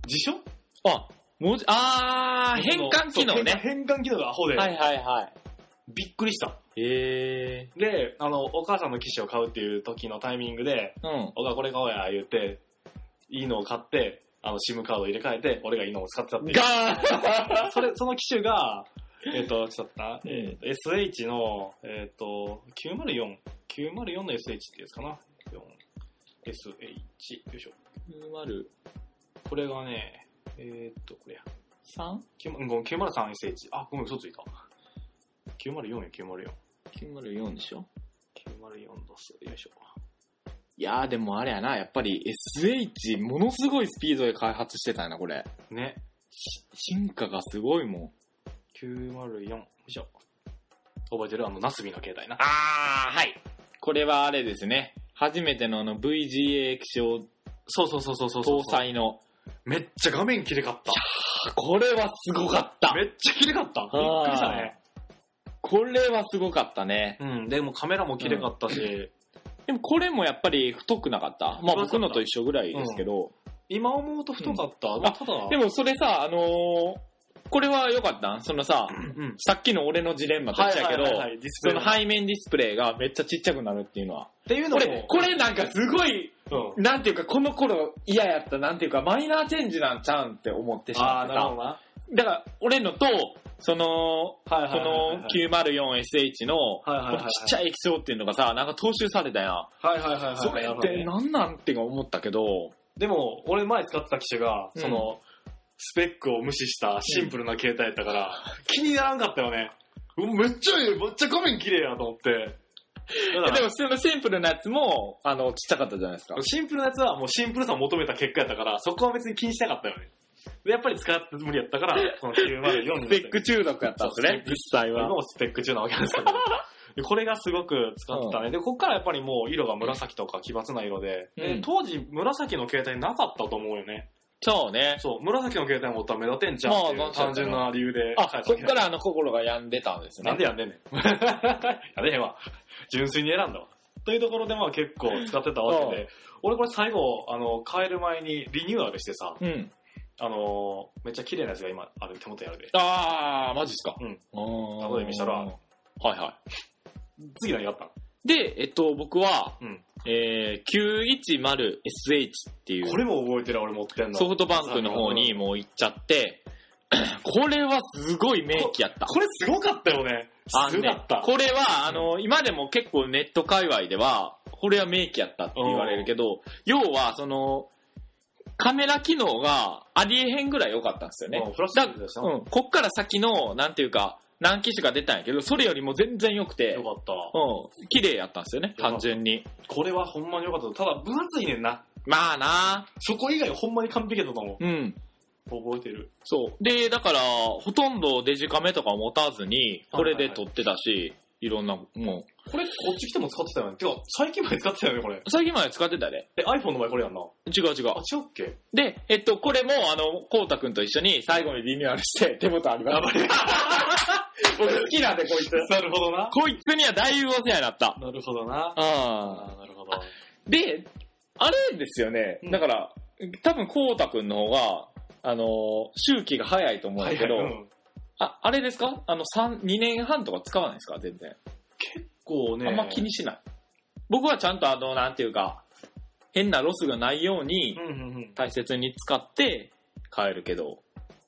辞書あ、文字、あー、変換機能そうね。変換変換機能がアホで、はいはいはびっくりした。い。へえ。で、あの、お母さんの機種を買うっていう時のタイミングで、うん。俺がこれ買おうや、言って、いいのを買って、あの、SIM カードを入れ替えて、俺がいいのを使ってたっていう。ガーそれ、その機種が、えっ、と、ちょっとな、うんえー SH の、えっ、と、904、904の SH ってやつかな。4SH、よいしょ。これがね、えっ、と、これや。903SH。あ、ごめん、嘘ついた。904や、904。 903?904 でしょ904ドス。よいしょ。いやーでもあれやな、やっぱり SH ものすごいスピードで開発してたよな、これ。ね。し進化がすごいもん。 904。よいしょ。覚えてるあの、ナスビの携帯な。あー、はい。これはあれですね。初めてのあの VGA 液晶そうそうそうそうそうそう。搭載の。めっちゃ画面綺麗かった。これはすごかった。めっちゃ綺麗かった。びっくりしたね。これはすごかったね。うん、でもカメラも綺麗かったし、でもこれもやっぱり太くなかった。まあ僕のと一緒ぐらいですけど。今思うと太かった。んまあただ、でもそれさ、あのーこれは良かったんそのさ、うん。さっきの俺のジレンマと一緒やけど、はいはいはいはいディスプそレイの背面ディスプレイがめっちゃちっちゃくなるっていうのは。っていうのこも、れ、これなんかすごいうん。なんていうか、この頃嫌やった、なんていうか、マイナーチェンジなんちゃうんって思ってしあまあ、ってなるほさど。な。だから、俺のと、その、はいこの 904SH の、こはいはいはいはいのちっちゃい液晶っていうのがさ、なんか踏襲されたやん。はいはいはいはい。それなるっほどてねなんなんって思ったけど、でも、俺前使ってた機種が、うんその、スペックを無視したシンプルな携帯やったから、気にならんかったよね。うんめっちゃいい、めっちゃ画面綺麗やと思って。だかでらも、そのシンプルなやつも、あの、ちっちゃかったじゃないですか。シンプルなやつはもうシンプルさを求めた結果やったから、そこは別に気にしなかったよね。でやっぱり使って無理やった から、この904になったスペック中毒やったんですね、実際今は。もスペック中なわけですけど。 でこれがすごく使ってたね。で、こっからやっぱりもう色が紫とか奇抜な色で、うでん当時紫の携帯なかったと思うよね。そうね。そう、紫の携帯持ったら目立てんじゃんっていまあう単純な理由で。。あ、そっかららあの心が病んでたんですね。なんでやんでん ねん。やれへんわ。純粋に選んだわ。というところでまあ結構使ってたわけで、俺これ最後、あの、変える前にリニューアルしてさ、うん。あの、めっちゃ綺麗なやつが今ある手元にあるで。あー、マジっすか。うんあー。例え見したらはいは次何があったのい。で、えっと、僕は、うんえー、910SH っていう。これも覚えてる俺持ってんの。ソフトバンクの方にもう行っちゃって、 これはすごい名機やった。これすごかったよね。あすのごねかった。これは、あの、今でも結構ネット界隈では、これは名機やったって言われるけど、要は、その、カメラ機能がありえへんぐらい良かったんですよねうん。フラッシュだレンズでしょうん、こっから先の、なんていうか、何機種か出たんやけど、それよりも全然良くてよ、かった。うん、綺麗やったんですよね、かった単純に。これはほんまによかった。ただ分厚いねんな。まあなそこ以外ほんまに完璧だと思うん。う。覚えてる。そう。で、だから、ほとんどデジカメとか持たずに、これで撮ってたし、いろんな、もこれ、こっち来ても使ってたよね。てか、最近まで使ってたよね、これ。う、最近まで使ってたで。え、iPhone の前これやんな。あ、違う違う。違うっけで、えっと、これも、あの、こうたくんと一緒に最後にリニューアル して、手元あります。僕好きなんで、こいつ。なるほどな。こいつにはだいぶお世話になった。なるほどな。ああーなるほど。ん。で、あれですよねう。んだから、多分こうたくんの方が、あのー、周期が早いと思うんだけど、はいはいうんあ、あれですかあの、三2年半とか使わないですか全然。こうね。あんま気にしない。僕はちゃんとあの、なんていうか、変なロスがないようにうんうんうん。大切に使って買えるけど。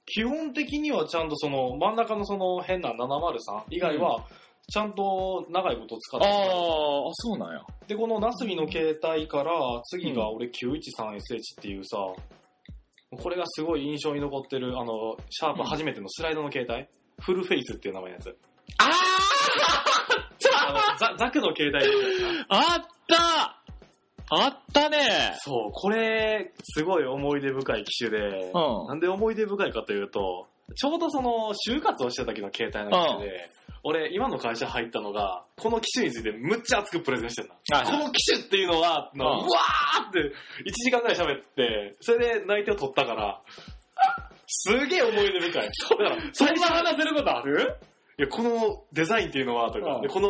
基本的にはちゃんとその、真ん中のその変な703以外は、ちゃんと長いこと使っあてあたー、そうなんや。で、このナスミの携帯から、次が俺 913SH っていうさ、これがすごい印象に残ってる、あの、シャープ初めてのスライドの携帯、フルフェイスっていう名前のやつ。 ああのザ、ザクの携帯ーあったあったね そう、これ、すごい思い出深い機種で、うんなんで思い出深いかというと、ちょうどその、就活をしてた時の携帯の機種で、俺、今の会社入ったのが、この機種についてむっちゃ熱くプレゼンしてんな。はいこの機種っていうのは、のうんうわーって、1時間ぐらい喋って、それで内定を取ったから、すげえ思い出深い。だから、そんな話せることあるいや、このデザインっていうのは、とか、うんでこの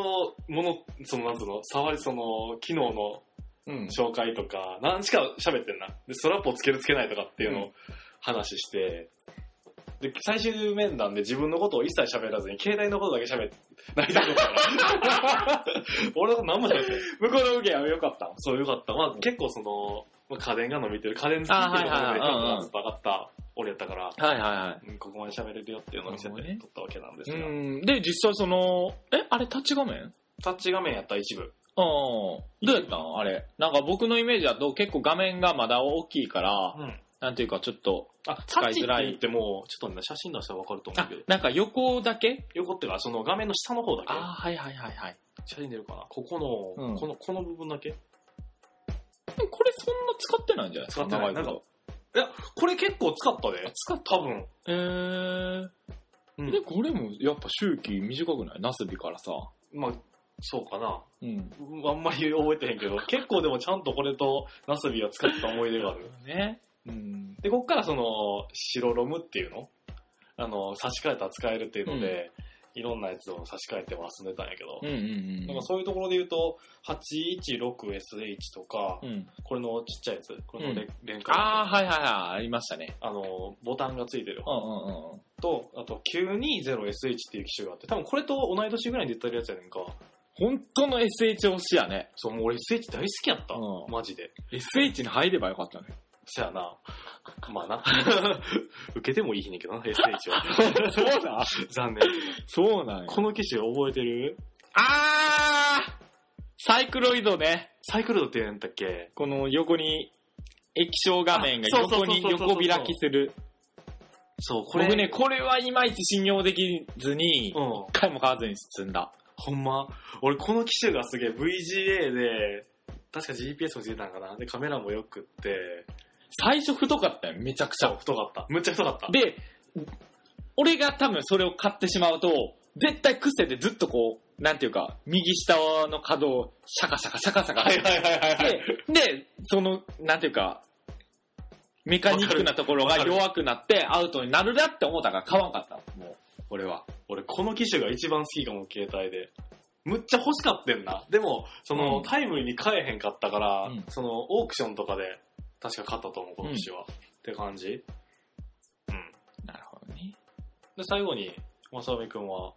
もの、その、なんつうの、触り、その、機能のうん。紹介とか、何しか喋ってんな。で、ストラップをつけるつけないとかっていうのうを話して、で、最終面談で自分のことを一切喋らずに、携帯のことだけ喋って、泣いたのから 俺のこと何も喋ってない向こうの受けは良かったそう、よかった。まあ、結構その、まあ家電が伸びてる、家電好きっていうあはいはいはいうんうんので、ずっと上がった俺やったから、はいはいはい。うんここまで喋れるよっていうのを見せてな撮るほどねったわけなんですが、うん。で、実際その、え、あれタッチ画面タッチ画面やった一部。うん。どうやったんあれ。なんか僕のイメージだと結構画面がまだ大きいから、なんていうかちょっと、あ、タ使いッチっづてらい言っても、ちょっとね、写真出したらわかると思うあけど、、なんか横だけ横っていうか、その画面の下の方だけ。ああ、はいはいはいはい。写真出るかなここの、うんこの、この部分だけでもこれそんな使ってないんじゃないですか使ってない長こなんこれ結構使ったで。使った多分。とへうえ。で、これもやっぱ周期短くないナスビからさ。まあ、そうかな。うん。あんまり覚えてへんけ ど、結構でもちゃんとこれとナスビは使った思い出がある。ね。うん。 で、こっからその、白ロムっていうのあの、差し替えたら使えるっていうので、いろんなやつを差し替えては進んでたんやけど、うんうんうん。なんかそういうところで言うと、816SH とか、うん。これのちっちゃいやつ、これのれん連携、ああ、はいはいはい。ありましたね。あの、ボタンがついてるうんうんうん。と、あと 920SH っていう機種があって、多分これと同い年ぐらいに出てるやつやねんか。本当の SH 推しやね。そう、もう俺 SH 大好きやった。うんマジで。 SH に入ればよかったね。そ やな。まあな。 受けてもいいねんけどな、SH は。 そうだ残念。そうなんや。この機種覚えてるあーサイクロイドね。サイクルドって言うんだっけこの横に、液晶画面があそうそう横そうにそうそうそう横開きする。そう、これ。僕ね、これはいまいち信用できずに、一うん。回も買わずに進んだ。ほんま。俺この機種がすげえ VGA で、確か GPS もついてたんかな。で、カメラもよくって、最初太かったよ、めちゃくちゃ。太かった。むっちゃ太かった。で、俺が多分それを買ってしまうと、絶対癖でずっとこう、なんていうか、右下の角をシャカシャカシャカシャカ。はいはいはいはいはい。で、で、その、なんていうか、メカニックなところわがかる弱くなってアウトになるなって思ったから買わんかった。もう、俺は。俺この機種が一番好きかも携帯でむっちゃ欲しかったんなでもそうの、んタイムリーに買えへんかったから、うんそのオークションとかで確か買ったと思うこの機種は、って感じなるほどね。で最後にまさみくんは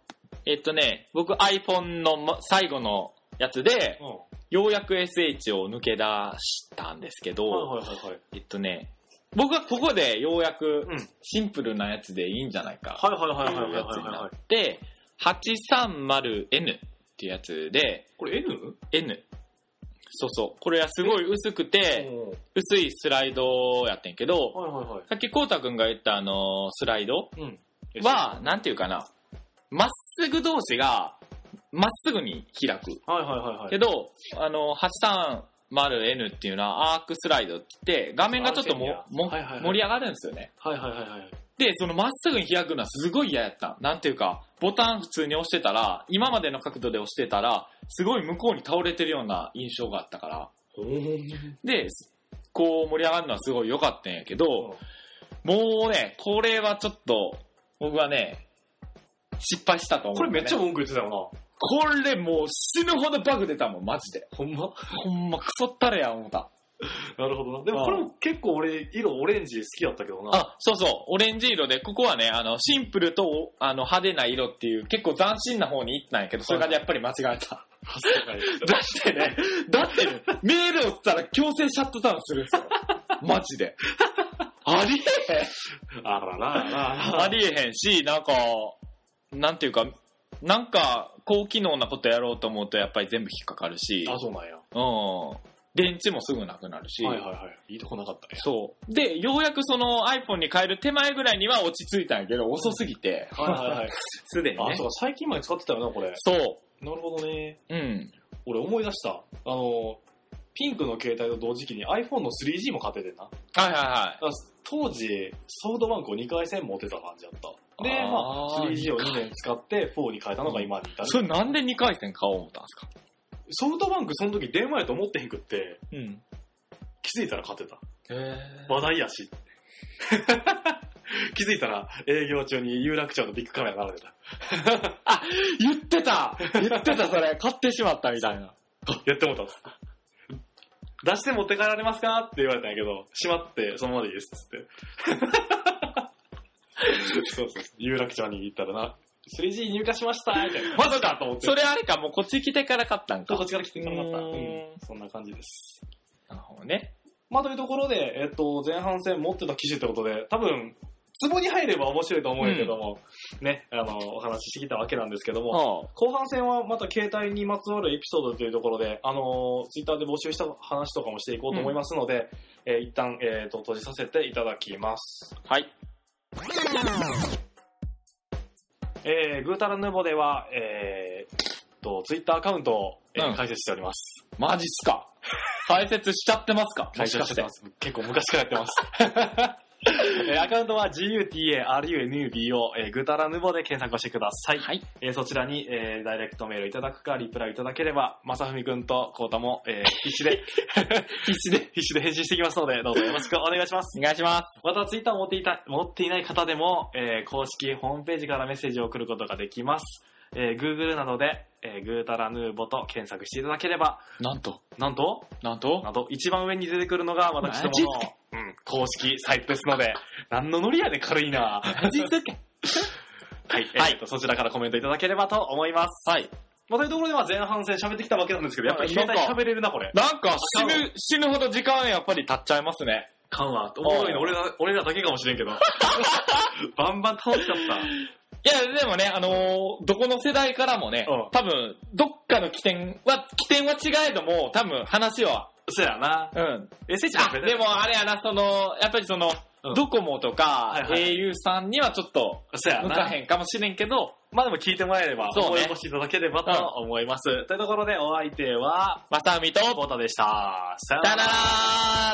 えっとね、僕 iPhone のま最後のやつで、うんようやく SH を抜け出したんですけど、はいはいはいはいえっとね、僕はここでようやくうんシンプルなやつでいいんじゃないか。はいはいはいっていはいうはいやつはいになはっいて、830N っていうやつで、これ N? N。そうそう。これはすごい薄くて、うん薄いスライドやってんけど、はいはいはいさっきこうたくんが言ったあの、スライドうんは、なんていうかな、まっすぐ同士が、まっすぐに開く。はいはいはいはいけど、あの、830N っていうのはアークスライドって言って、画面がちょっとも、も、はいはいはい盛り上がるんですよね。はいはいはいはいで、そのまっすぐに開くのはすごい嫌やった。なんていうか、ボタン普通に押してたら、今までの角度で押してたら、すごい向こうに倒れてるような印象があったから。ほーで、こう盛り上がるのはすごい良かったんやけど、もうね、これはちょっと、僕はね、失敗したと思う、これめっちゃね、文句言ってたよこれもう死ぬほどバグ出たもん、マジで。なほんま ほんまクソったれや、思った。なるほどなでもこれも結構俺色オレンジ好きだったけどなあ、そうそう、オレンジ色で、ここはね、あの、シンプルと、あの、派手な色っていう、結構斬新な方に行ったんやけど、それがねやっぱり間違えた。確かに だってね、だって ね、メールを打ったら強制シャットダウンするんです よ。マジで。ありえへん。あららあららありえへんし、なんか、なんていうか、なんか、高機能なことやろうと思うと、やっぱり全部引っかかるし、あ、そうなんや。うん。電池もすぐなくなるし、はいはいはい。いいとこなかったね。そう。で、ようやくその iPhone に変える手前ぐらいには落ち着いたんやけど、遅すぎて、はいはいはい。すでにあ、ねそう。か、最近まで使ってたよな、これ。そなるほどね。う。うん。俺思い出した。あの、ピンクの携帯と同時期に iPhone の 3G も買っててんな。だかはいはら当時、ソフトバンクを2回線持ってた感じだった。で、あーまあ、3G を2年使って4に変えたのが今に至い。る。それなんで2回戦買おう思ったんですかソフトバンクその時電話やと思ってへんくって、うん。気づいたら買ってた。へえ。話題やし。気づいたら営業中に有楽町のビッグカメラ並んでた。言ってた言ってたそれ買ってしまったみたいな。やってもうたっつって。出して持って帰られますかって言われたんやけど、しまって、そのままでいいですっつって。そうそう。有楽町に行ったらな、3G 入荷しましたみたいな。まさかと思って。それあれか、もうこっち来てから買ったんか。こっちから来てくれなかった。ううーんん。そんな感じです。なるほどね。まあ、というところで、えっと、前半戦持ってた機種ってことで、多分、ツボに入れば面白いと思うんやけども、ね、あの、お話ししてきたわけなんですけども、は後半戦はまた携帯にまつわるエピソードというところで、あのツイッター Twitter で募集した話とかもしていこうと思いますので、えー一旦、えー、と閉じさせていただきます。あはい。えー、グータラヌーボでは、えー、と、ツイッターアカウントを、えーうん開設しております。マジっすか解説しちゃってます か開設してま。す。結構昔からやって ます。えーアカウントは GUTARUNUBO、えー、グータラヌーボで検索してください。はい。えーそちらに、えーダイレクトメールいただくか、リプライいただければ、まさふみくんとこうたも、えー必死で、 必死で。必死で返信していきますので、どうぞよろしくお願いします。お願いします。また、ツイッターを持っていた、持っていない方でも、えー公式ホームページからメッセージを送ることができます。えー Google などで、えー、グータラヌーボと検索していただければ、なんと、なんと、なんと、なんと、一番上に出てくるのが、私どマジっもの、うん、公式サイトですので、何のノリやねん、軽いな。はい、実 えーとそちらからコメントいただければと思います。はい。まあ、というところで、まあ、前半戦喋ってきたわけなんですけど、やっぱりなんか喋れるな、これ。なんか死あぬ、死ぬほど時間やっぱり経っちゃいますね。かんわ。おもろいの俺ら、俺らだけかもしれんけ ど。バンバン楽しかった。いや、でもね、あのーどこの世代からもねうん、多分、どっかの起点は、起点は違えども、多分話は、そうやな。うん。え、せいちゃんあ、でもあれやな、その、やっぱりその、うんドコモとかは、いはい au さんにはちょっと、そうや向な。かへんかもしれんけど、まあでも聞いてもらえれば、そうね思い起こしていただければと思います。というところで、お相手は、まさみと、ボタでした。さよさよなら